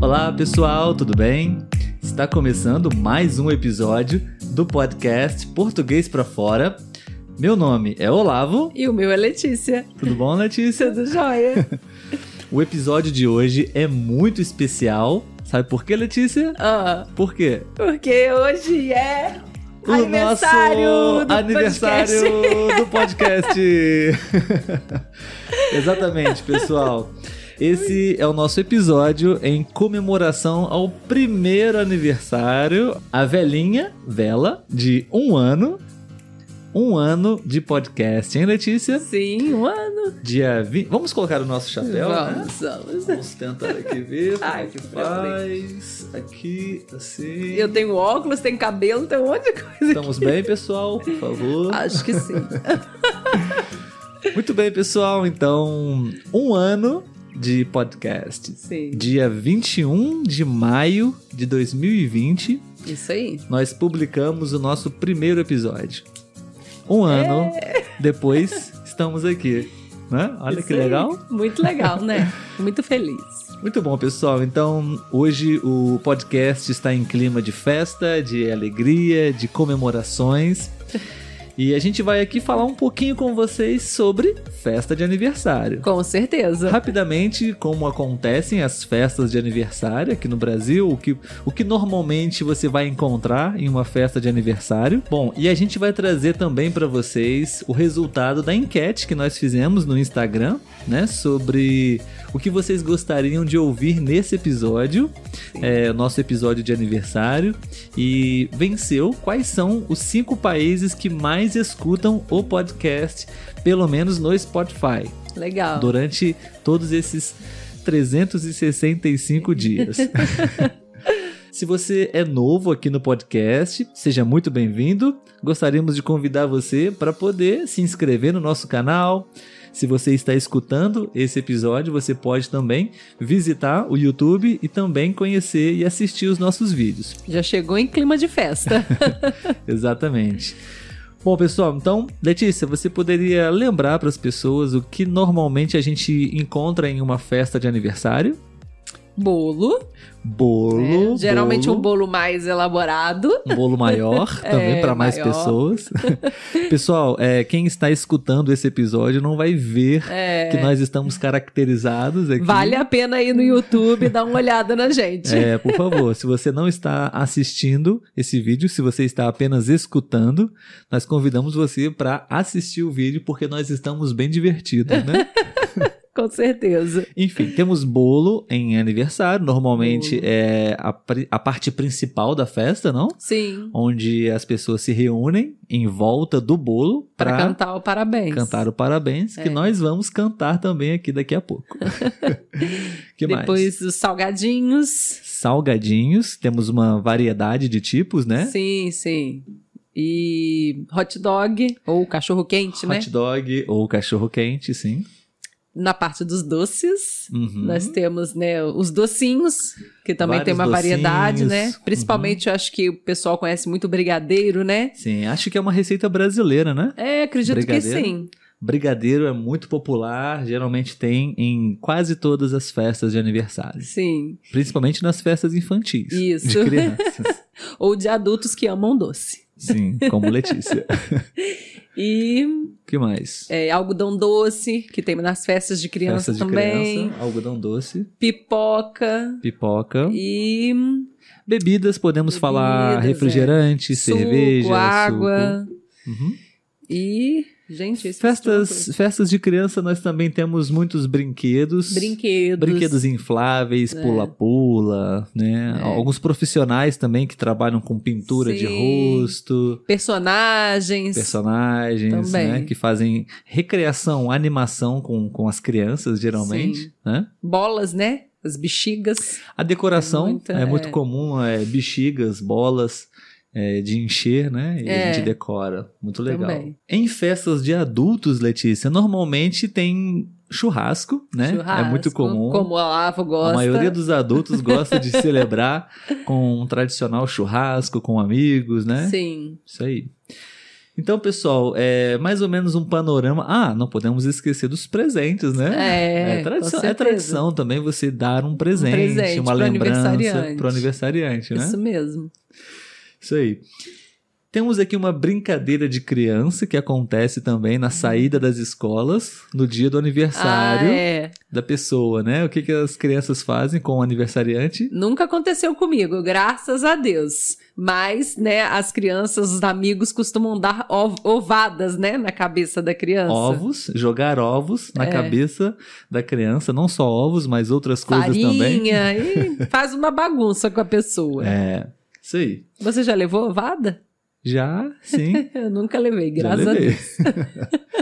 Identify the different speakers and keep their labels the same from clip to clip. Speaker 1: Olá pessoal, tudo bem? Está começando mais um episódio do podcast Português para Fora. Meu nome é Olavo.
Speaker 2: E o meu é Letícia. é
Speaker 1: Tudo bom, Letícia?
Speaker 2: Tudo jóia?
Speaker 1: o episódio de hoje é muito especial. Sabe por quê, Letícia?
Speaker 2: Ah,
Speaker 1: Por quê?
Speaker 2: porque hoje é
Speaker 1: O
Speaker 2: aniversário
Speaker 1: nosso
Speaker 2: do
Speaker 1: aniversário
Speaker 2: podcast.
Speaker 1: do podcast. Exatamente, pessoal. Esse é o nosso episódio em comemoração ao primeiro aniversário, a velhinha vela de um ano. Um ano de podcast, hein, Letícia?
Speaker 2: sim, um ano.
Speaker 1: Dia 20. Vamos colocar o nosso chapéu, né?
Speaker 2: vamos, vamos.
Speaker 1: Vamos tentar aqui ver como
Speaker 2: Ai,
Speaker 1: é que
Speaker 2: que
Speaker 1: faz. Aqui, assim.
Speaker 2: Eu tenho óculos, tenho cabelo, tenho um monte de coisa.
Speaker 1: Estamos bem, pessoal? Por favor.
Speaker 2: Acho que sim.
Speaker 1: Muito bem, pessoal. Então, um ano de podcast.
Speaker 2: Sim.
Speaker 1: Dia 21 de maio de 2020,
Speaker 2: Isso aí.
Speaker 1: nós publicamos o nosso primeiro episódio. Um ano depois, estamos aqui. Né? Olha
Speaker 2: Isso
Speaker 1: que
Speaker 2: aí.
Speaker 1: legal.
Speaker 2: Muito legal, né? Muito feliz.
Speaker 1: Muito bom, pessoal. Então, hoje o podcast está em clima de festa, de alegria, de comemorações. E a gente vai aqui falar um pouquinho com vocês sobre festa de aniversário.
Speaker 2: Com certeza.
Speaker 1: Rapidamente, como acontecem as festas de aniversário aqui no Brasil, o que, o que normalmente você vai encontrar em uma festa de aniversário. Bom, e a gente vai trazer também para vocês o resultado da enquete que nós fizemos no Instagram, né? Sobre o que vocês gostariam de ouvir nesse episódio, é, nosso episódio de aniversário. E venceu quais são os cinco países que mais escutam o podcast, pelo menos no Spotify
Speaker 2: Legal.
Speaker 1: durante todos esses 365 dias. Se você é novo aqui no podcast, seja muito bem-vindo. Gostaríamos de convidar você para poder se inscrever no nosso canal. Se você está escutando esse episódio, você pode também visitar o YouTube e também conhecer e assistir os nossos vídeos.
Speaker 2: Já chegou em clima de festa.
Speaker 1: Exatamente. Bom, pessoal, então, Letícia, você poderia lembrar para as pessoas o que normalmente a gente encontra em uma festa de aniversário?
Speaker 2: Bolo.
Speaker 1: Bolo.
Speaker 2: né? Geralmente
Speaker 1: bolo,
Speaker 2: um bolo mais elaborado.
Speaker 1: um bolo maior também
Speaker 2: É,
Speaker 1: para mais
Speaker 2: maior.
Speaker 1: pessoas. Pessoal, é, quem está escutando esse episódio não vai ver
Speaker 2: É,
Speaker 1: que nós estamos caracterizados aqui.
Speaker 2: Vale a pena ir no YouTube e dar uma olhada na gente.
Speaker 1: É, por favor, se você não está assistindo esse vídeo, se você está apenas escutando, nós convidamos você para assistir o vídeo porque nós estamos bem divertidos, né?
Speaker 2: Com certeza.
Speaker 1: Enfim, temos bolo em aniversário, normalmente
Speaker 2: Bolo.
Speaker 1: é a, pri- a parte principal da festa, não?
Speaker 2: Sim.
Speaker 1: Onde as pessoas se reúnem em volta do bolo
Speaker 2: Para
Speaker 1: para
Speaker 2: cantar o parabéns.
Speaker 1: cantar o parabéns, que
Speaker 2: É.
Speaker 1: nós vamos cantar também aqui daqui a pouco. que mais?
Speaker 2: Depois os salgadinhos.
Speaker 1: Salgadinhos, temos uma variedade de tipos, né?
Speaker 2: Sim, sim. E hot dog ou cachorro quente, né?
Speaker 1: Hot dog ou cachorro quente, sim.
Speaker 2: Na parte dos doces,
Speaker 1: Uhum.
Speaker 2: nós temos, né, os docinhos, que também tem
Speaker 1: Vários
Speaker 2: uma variedade, né?
Speaker 1: docinhos. Uhum.
Speaker 2: Principalmente eu acho que o pessoal conhece muito o brigadeiro, né?
Speaker 1: Sim, acho que é uma receita brasileira, né?
Speaker 2: É, acredito que
Speaker 1: Brigadeiro?
Speaker 2: sim.
Speaker 1: Brigadeiro é muito popular, geralmente tem em quase todas as festas de aniversário,
Speaker 2: Sim.
Speaker 1: principalmente nas festas infantis.
Speaker 2: Isso.
Speaker 1: De crianças.
Speaker 2: Ou de adultos que amam doce.
Speaker 1: Sim, como Letícia.
Speaker 2: E
Speaker 1: O que mais?
Speaker 2: é, algodão doce, que tem nas festas de criança
Speaker 1: Festas de
Speaker 2: também.
Speaker 1: criança, algodão doce,
Speaker 2: Pipoca
Speaker 1: pipoca.
Speaker 2: e
Speaker 1: Bebidas, podemos falar
Speaker 2: Bebidas, é.
Speaker 1: refrigerante,
Speaker 2: suco,
Speaker 1: cerveja,
Speaker 2: água.
Speaker 1: suco. Uhum.
Speaker 2: E, gente, esqueci de uma
Speaker 1: Festas,
Speaker 2: coisa.
Speaker 1: festas de criança, nós também temos muitos brinquedos.
Speaker 2: Brinquedos.
Speaker 1: Brinquedos infláveis,
Speaker 2: É.
Speaker 1: pula-pula, né?
Speaker 2: É.
Speaker 1: Alguns profissionais também que trabalham com pintura de
Speaker 2: Sim.
Speaker 1: rosto,
Speaker 2: Personagens.
Speaker 1: personagens,
Speaker 2: Também.
Speaker 1: né? Que fazem recreação, animação com, com as crianças, geralmente,
Speaker 2: Sim.
Speaker 1: né?
Speaker 2: Bolas, né? As bexigas.
Speaker 1: A decoração
Speaker 2: É muita-
Speaker 1: é muito
Speaker 2: é.
Speaker 1: comum, é bexigas, bolas é, de encher, né? E a
Speaker 2: É.
Speaker 1: gente decora. Muito legal.
Speaker 2: Também.
Speaker 1: Em festas de adultos, Letícia, normalmente tem churrasco, né?
Speaker 2: Churrasco,
Speaker 1: é muito comum.
Speaker 2: Como o Alavo gosta.
Speaker 1: A maioria dos adultos gosta de celebrar com um tradicional churrasco, com amigos, né?
Speaker 2: Sim.
Speaker 1: Isso aí. Então, pessoal, é mais ou menos um panorama. Ah, não podemos esquecer dos presentes, né?
Speaker 2: É,
Speaker 1: tradição,
Speaker 2: com
Speaker 1: é
Speaker 2: certeza.
Speaker 1: tradição também você dar um presente,
Speaker 2: presente
Speaker 1: uma
Speaker 2: pro
Speaker 1: lembrança
Speaker 2: aniversariante.
Speaker 1: pro aniversariante, né?
Speaker 2: Isso mesmo.
Speaker 1: Isso aí. Temos aqui uma brincadeira de criança que acontece também
Speaker 2: Uhum.
Speaker 1: na saída das escolas, no dia do aniversário
Speaker 2: Ah, é.
Speaker 1: da pessoa, né? O que, que as crianças fazem com o aniversariante?
Speaker 2: Nunca aconteceu comigo, graças a Deus. Mas, né, as crianças, os amigos costumam dar ov- ovadas, né, na cabeça da criança.
Speaker 1: Ovos, jogar ovos na
Speaker 2: É.
Speaker 1: cabeça da criança, não só ovos, mas outras coisas também.
Speaker 2: Farinha, e faz uma bagunça com a pessoa.
Speaker 1: É, isso aí.
Speaker 2: Você já levou ovada?
Speaker 1: Já, sim,
Speaker 2: Eu nunca levei,
Speaker 1: já
Speaker 2: graças a Deus.
Speaker 1: levei.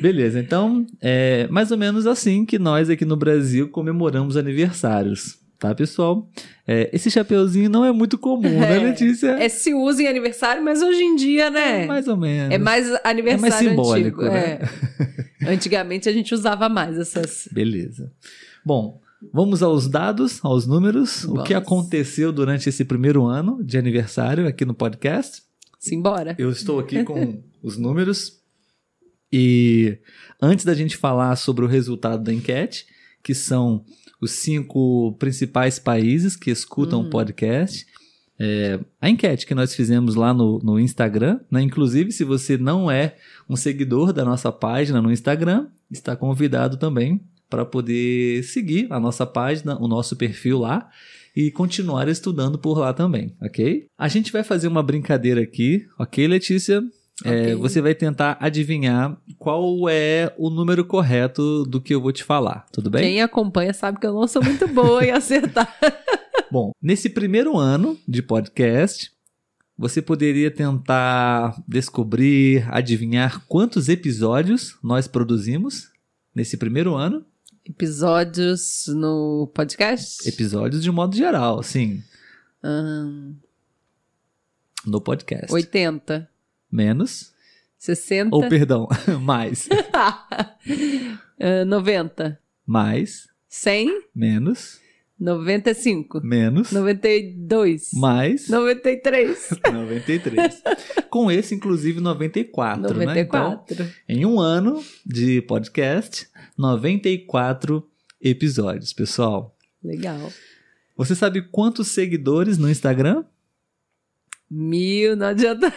Speaker 1: Beleza, então é mais ou menos assim que nós aqui no Brasil comemoramos aniversários, tá, pessoal? É, esse chapeuzinho não é muito comum, né,
Speaker 2: É.
Speaker 1: Letícia?
Speaker 2: É, se usa em aniversário, mas hoje em dia, né?
Speaker 1: mais ou menos.
Speaker 2: É mais aniversário
Speaker 1: simbólico,
Speaker 2: antigo.
Speaker 1: né?
Speaker 2: é. Antigamente a gente usava mais essas.
Speaker 1: Beleza. Bom, vamos aos dados, aos números. O que
Speaker 2: Vamos.
Speaker 1: aconteceu durante esse primeiro ano de aniversário aqui no podcast?
Speaker 2: Simbora.
Speaker 1: Eu estou aqui com os números. E antes da gente falar sobre o resultado da enquete, que são os cinco principais países que escutam o podcast, é, a enquete que nós fizemos lá no, no Instagram, né? inclusive se você não é um seguidor da nossa página no Instagram, está convidado também para poder seguir a nossa página, o nosso perfil lá e continuar estudando por lá também, ok? A gente vai fazer uma brincadeira aqui, ok, Letícia? É,
Speaker 2: Ok.
Speaker 1: você vai tentar adivinhar qual é o número correto do que eu vou te falar, tudo tá bem?
Speaker 2: Quem acompanha sabe que eu não sou muito boa em acertar.
Speaker 1: Bom, nesse primeiro ano de podcast, você poderia tentar descobrir, adivinhar quantos episódios nós produzimos nesse primeiro ano.
Speaker 2: Episódios no podcast?
Speaker 1: Episódios de modo geral, sim,
Speaker 2: Ahn,
Speaker 1: no podcast.
Speaker 2: 80,
Speaker 1: Menos.
Speaker 2: 60,
Speaker 1: Ou, perdão, mais.
Speaker 2: Ah, Ahn, 90,
Speaker 1: Mais.
Speaker 2: 100,
Speaker 1: Menos.
Speaker 2: 95,
Speaker 1: Menos.
Speaker 2: 92,
Speaker 1: Mais.
Speaker 2: 93,
Speaker 1: 93. Com esse, inclusive, 94, né? Então,
Speaker 2: 94.
Speaker 1: Em um ano de podcast, 94 episódios, pessoal.
Speaker 2: Legal.
Speaker 1: Você sabe quantos seguidores no Instagram?
Speaker 2: Mil, não adianta.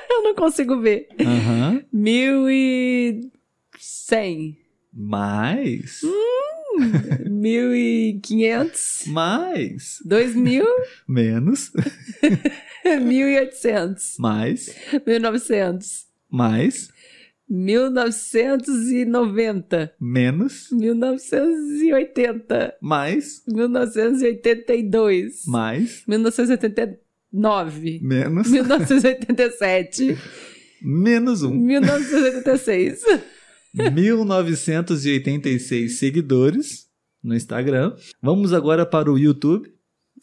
Speaker 2: eu não consigo ver.
Speaker 1: Aham.
Speaker 2: Mil e cem.
Speaker 1: Mais.
Speaker 2: Mil e quinhentos.
Speaker 1: Mais.
Speaker 2: Dois mil.
Speaker 1: Menos.
Speaker 2: Mil e oitocentos.
Speaker 1: Mais.
Speaker 2: Mil e novecentos.
Speaker 1: Mais.
Speaker 2: Mil novecentos e noventa.
Speaker 1: Menos.
Speaker 2: Mil novecentos e oitenta.
Speaker 1: Mais.
Speaker 2: Mil novecentos e oitenta e dois.
Speaker 1: Mais.
Speaker 2: Mil novecentos e oitenta e nove.
Speaker 1: Menos.
Speaker 2: Mil novecentos e oitenta e sete.
Speaker 1: Menos um.
Speaker 2: Mil novecentos e oitenta e seis.
Speaker 1: 1986 seguidores no Instagram. Vamos agora para o YouTube.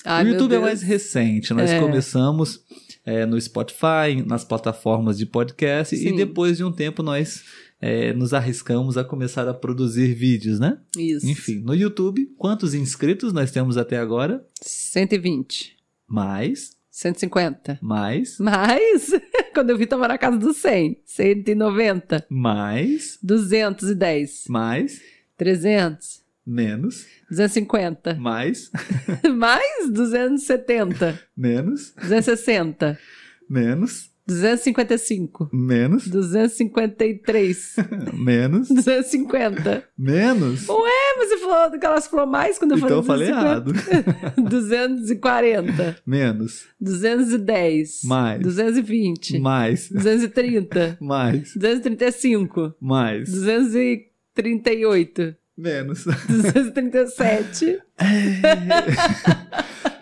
Speaker 2: Ai,
Speaker 1: o
Speaker 2: meu
Speaker 1: YouTube é
Speaker 2: Deus.
Speaker 1: mais recente. Nós
Speaker 2: É.
Speaker 1: começamos é, no Spotify, nas plataformas de podcast, e
Speaker 2: Sim.
Speaker 1: depois de um tempo nós é, nos arriscamos a começar a produzir vídeos, né?
Speaker 2: Isso.
Speaker 1: Enfim, no YouTube, quantos inscritos nós temos até agora?
Speaker 2: 120.
Speaker 1: Mais,
Speaker 2: 150.
Speaker 1: mais,
Speaker 2: Mas, quando eu vi, tava na casa dos 100. 190.
Speaker 1: mais,
Speaker 2: 210.
Speaker 1: mais,
Speaker 2: 300.
Speaker 1: menos,
Speaker 2: 250.
Speaker 1: mais,
Speaker 2: Mais 270.
Speaker 1: menos,
Speaker 2: 260.
Speaker 1: menos,
Speaker 2: 255.
Speaker 1: menos,
Speaker 2: 253.
Speaker 1: menos,
Speaker 2: 250.
Speaker 1: menos.
Speaker 2: É, mas você falou que elas falou mais quando eu
Speaker 1: Então eu falei
Speaker 2: falei 250.
Speaker 1: errado.
Speaker 2: 240.
Speaker 1: Menos,
Speaker 2: 210.
Speaker 1: Mais.
Speaker 2: 220.
Speaker 1: mais,
Speaker 2: 230.
Speaker 1: mais,
Speaker 2: 235.
Speaker 1: mais,
Speaker 2: 238,
Speaker 1: menos.
Speaker 2: 237.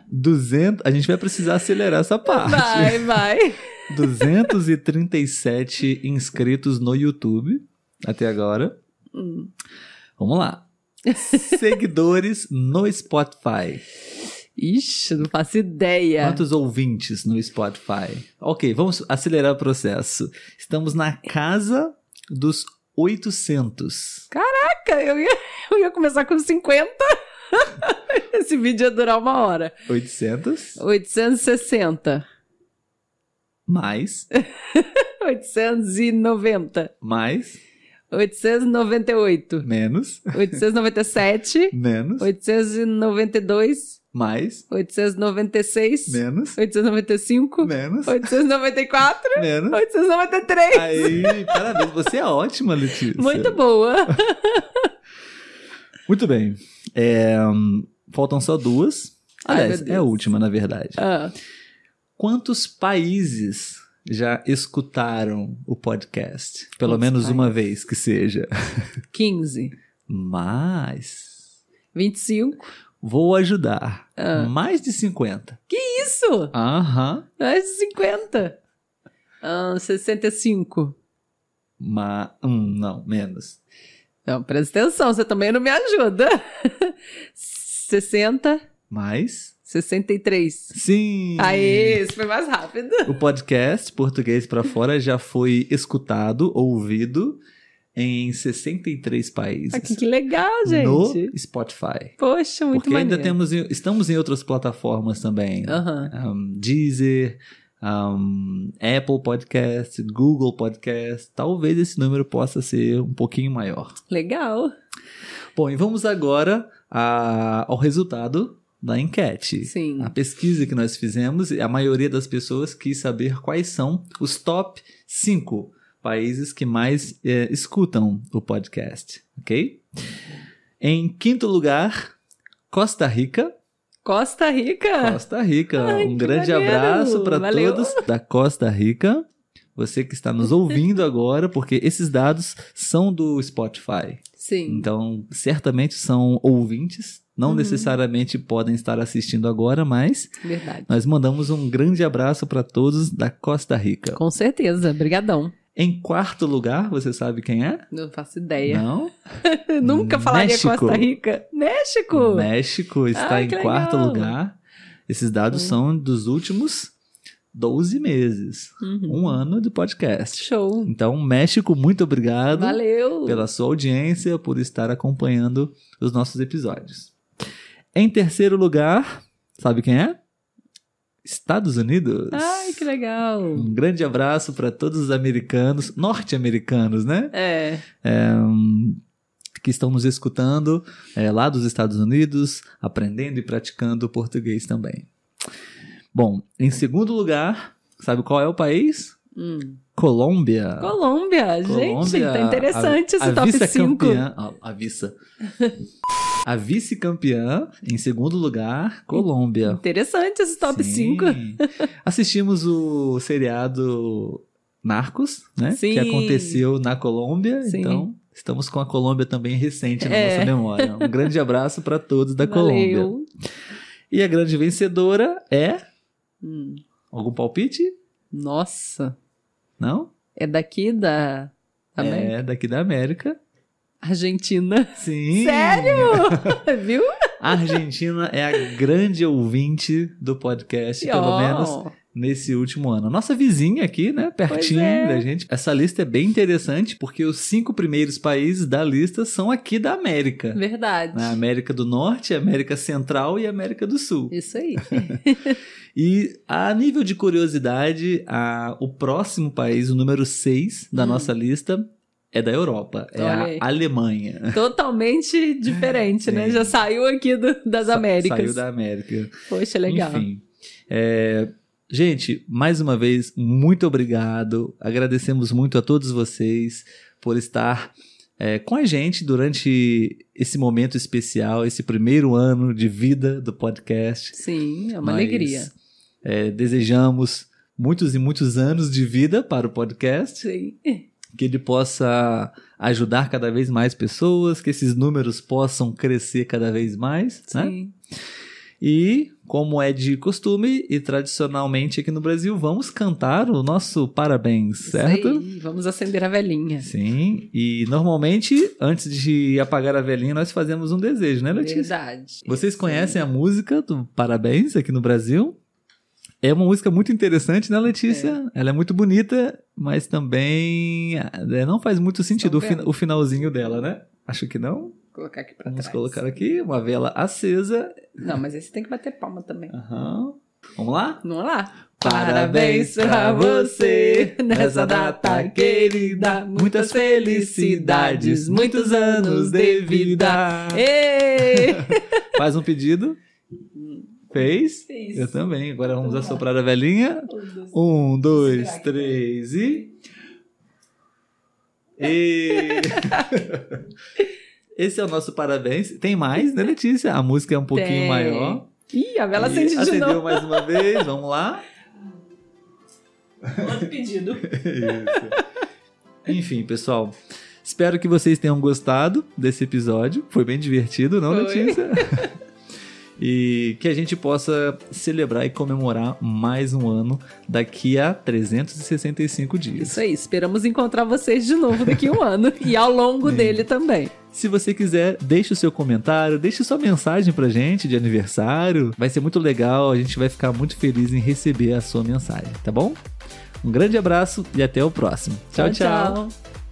Speaker 1: 200, a gente vai precisar acelerar essa parte.
Speaker 2: vai, vai.
Speaker 1: 237 inscritos no YouTube até agora.
Speaker 2: Hum.
Speaker 1: Vamos lá. Seguidores no Spotify.
Speaker 2: Ixi, não faço ideia.
Speaker 1: Quantos ouvintes no Spotify? Ok, vamos acelerar o processo. Estamos na casa dos 800.
Speaker 2: Caraca, eu ia, eu ia começar com 50. Esse vídeo ia durar uma hora.
Speaker 1: 800
Speaker 2: 860.
Speaker 1: mais
Speaker 2: 890.
Speaker 1: Mais,
Speaker 2: 898.
Speaker 1: menos,
Speaker 2: 897.
Speaker 1: menos,
Speaker 2: 892.
Speaker 1: mais,
Speaker 2: 896.
Speaker 1: menos,
Speaker 2: 895.
Speaker 1: menos,
Speaker 2: 894.
Speaker 1: menos.
Speaker 2: 893.
Speaker 1: Aí, parabéns, você é ótima, Letícia.
Speaker 2: Muito boa.
Speaker 1: Muito bem. É, hum, faltam só duas.
Speaker 2: Ai, meu
Speaker 1: Aliás,
Speaker 2: Deus.
Speaker 1: é a última, na verdade.
Speaker 2: Ah,
Speaker 1: Quantos países já escutaram o podcast? Pelo
Speaker 2: Quantos
Speaker 1: menos uma
Speaker 2: países?
Speaker 1: vez que seja.
Speaker 2: 15.
Speaker 1: Mas
Speaker 2: 25.
Speaker 1: vou ajudar.
Speaker 2: Ah.
Speaker 1: Mais de 50.
Speaker 2: Isso!
Speaker 1: Aham.
Speaker 2: Mais de 50. Ah, 65.
Speaker 1: Ma... Hum, não, menos.
Speaker 2: Não, presta atenção, você também não me ajuda. 60,
Speaker 1: Mas
Speaker 2: 63.
Speaker 1: sim.
Speaker 2: Aê, isso foi mais rápido.
Speaker 1: O podcast Português pra Fora já foi escutado, ouvido em 63 países.
Speaker 2: Ah, que, que legal, gente.
Speaker 1: No Spotify.
Speaker 2: Poxa, muito
Speaker 1: Porque ainda
Speaker 2: maneiro.
Speaker 1: temos, em- estamos em outras plataformas também.
Speaker 2: Aham.
Speaker 1: Um, Deezer, um, Apple Podcast, Google Podcast. Talvez esse número possa ser um pouquinho maior.
Speaker 2: Legal.
Speaker 1: Bom, e vamos agora a- ao resultado da enquete.
Speaker 2: Sim.
Speaker 1: A pesquisa que nós fizemos, a maioria das pessoas quis saber quais são os top 5 países que mais eh, escutam o podcast, ok? Em quinto lugar, Costa Rica.
Speaker 2: Costa Rica.
Speaker 1: Costa Rica,
Speaker 2: Ah. Ai,
Speaker 1: um
Speaker 2: que
Speaker 1: grande
Speaker 2: maneiro!
Speaker 1: abraço para
Speaker 2: Valeu!
Speaker 1: todos da Costa Rica. Você que está nos ouvindo agora, porque esses dados são do Spotify.
Speaker 2: Sim.
Speaker 1: Então, certamente são ouvintes, não
Speaker 2: Uhum.
Speaker 1: necessariamente podem estar assistindo agora, mas
Speaker 2: Verdade.
Speaker 1: nós mandamos um grande abraço para todos da Costa Rica.
Speaker 2: Com certeza. Brigadão.
Speaker 1: Em quarto lugar, você sabe quem é?
Speaker 2: Não faço ideia.
Speaker 1: Não?
Speaker 2: Nunca falaria
Speaker 1: Hum, México.
Speaker 2: Costa Rica. México.
Speaker 1: México está
Speaker 2: Ah,
Speaker 1: em
Speaker 2: que
Speaker 1: quarto
Speaker 2: legal.
Speaker 1: lugar. Esses dados são dos últimos 12 meses.
Speaker 2: Uhum.
Speaker 1: Um ano de podcast.
Speaker 2: Show.
Speaker 1: Então, México, muito obrigado
Speaker 2: Valeu.
Speaker 1: pela sua audiência, por estar acompanhando os nossos episódios. Em terceiro lugar, sabe quem é? Estados Unidos.
Speaker 2: Ai, que legal.
Speaker 1: Um grande abraço para todos os americanos, norte-americanos, né?
Speaker 2: É.
Speaker 1: Hum, que estão nos escutando é, lá dos Estados Unidos, aprendendo e praticando português também. Bom, em segundo lugar, sabe qual é o país?
Speaker 2: Hum.
Speaker 1: Colômbia.
Speaker 2: Colômbia, gente,
Speaker 1: Colômbia,
Speaker 2: tá interessante
Speaker 1: a- é
Speaker 2: esse top 5.
Speaker 1: vice-campeã- Ah, A, a vice. a vice-campeã, em segundo lugar, Colômbia.
Speaker 2: Interessante esse top
Speaker 1: Sim.
Speaker 2: 5.
Speaker 1: Assistimos o seriado Narcos, né?
Speaker 2: Sim.
Speaker 1: Que aconteceu na Colômbia.
Speaker 2: Sim.
Speaker 1: Então, estamos com a Colômbia também recente na
Speaker 2: É.
Speaker 1: nossa memória. Um grande abraço para todos da Colômbia.
Speaker 2: Valeu.
Speaker 1: E a grande vencedora é.
Speaker 2: Hum,
Speaker 1: Algum palpite?
Speaker 2: Nossa,
Speaker 1: Não?
Speaker 2: é daqui da Amé-
Speaker 1: É daqui da América.
Speaker 2: Argentina.
Speaker 1: Sim.
Speaker 2: Sério? Viu?
Speaker 1: A Argentina é a grande ouvinte do podcast, pelo
Speaker 2: Ó,
Speaker 1: menos nesse último ano. A nossa vizinha aqui, né? Pertinho
Speaker 2: é.
Speaker 1: da gente. Essa lista é bem interessante porque os cinco primeiros países da lista são aqui da América.
Speaker 2: Verdade.
Speaker 1: Na América do Norte, América Central e América do Sul.
Speaker 2: Isso aí.
Speaker 1: E a nível de curiosidade, a- o próximo país, o número seis da
Speaker 2: Hum.
Speaker 1: nossa lista, é da Europa. É
Speaker 2: Olha
Speaker 1: a
Speaker 2: aí.
Speaker 1: Alemanha.
Speaker 2: Totalmente diferente, né?
Speaker 1: Sim.
Speaker 2: Já saiu aqui do- das
Speaker 1: Sa-
Speaker 2: Américas.
Speaker 1: Saiu da América.
Speaker 2: Poxa, legal.
Speaker 1: Enfim. é, Gente, mais uma vez, muito obrigado. Agradecemos muito a todos vocês por estar é, com a gente durante esse momento especial, esse primeiro ano de vida do podcast.
Speaker 2: Sim, é uma
Speaker 1: Nós,
Speaker 2: alegria.
Speaker 1: é, desejamos muitos e muitos anos de vida para o podcast,
Speaker 2: Sim.
Speaker 1: que ele possa ajudar cada vez mais pessoas, que esses números possam crescer cada vez mais. Né?
Speaker 2: Sim.
Speaker 1: E, como é de costume e tradicionalmente aqui no Brasil, vamos cantar o nosso parabéns,
Speaker 2: Isso
Speaker 1: certo?
Speaker 2: aí. Vamos acender a velhinha.
Speaker 1: Sim, e normalmente, antes de apagar a velhinha, nós fazemos um desejo, né, Letícia?
Speaker 2: Verdade.
Speaker 1: Vocês
Speaker 2: Isso
Speaker 1: conhecem a música do Parabéns aqui no Brasil? É uma música muito interessante, né, Letícia? Ela é muito bonita, mas também é, não faz muito sentido o,
Speaker 2: vendo?
Speaker 1: fin- o finalzinho dela, né? Acho que não.
Speaker 2: aí. colocar aqui pra
Speaker 1: Vamos
Speaker 2: trás.
Speaker 1: colocar aqui uma vela acesa.
Speaker 2: Não, mas aí você tem que bater palma também.
Speaker 1: Aham. Vamos lá?
Speaker 2: Vamos lá.
Speaker 1: Parabéns pra você nessa data querida. Muitas felicidades, muitos anos de vida.
Speaker 2: Ei!
Speaker 1: Faz um pedido. Fez?
Speaker 2: Fiz.
Speaker 1: Eu também. Agora vamos assoprar a velhinha. Um, dois, três e. E. Esse é o nosso parabéns. Tem mais, né, Letícia? A música é um pouquinho
Speaker 2: Tem.
Speaker 1: maior.
Speaker 2: Ih, a vela
Speaker 1: E
Speaker 2: acende de
Speaker 1: Acendeu
Speaker 2: novo.
Speaker 1: mais uma vez, vamos lá.
Speaker 2: Outro pedido.
Speaker 1: Isso. Enfim, pessoal. Espero que vocês tenham gostado desse episódio. Foi bem divertido, não,
Speaker 2: Foi.
Speaker 1: Letícia? E que a gente possa celebrar e comemorar mais um ano daqui a 365 dias.
Speaker 2: Isso aí, esperamos encontrar vocês de novo daqui a um ano e ao longo
Speaker 1: Sim.
Speaker 2: dele também.
Speaker 1: Se você quiser, deixe o seu comentário, deixe sua mensagem pra gente de aniversário. Vai ser muito legal, a gente vai ficar muito feliz em receber a sua mensagem, tá bom? Um grande abraço e até o próximo. tchau. tchau.
Speaker 2: tchau.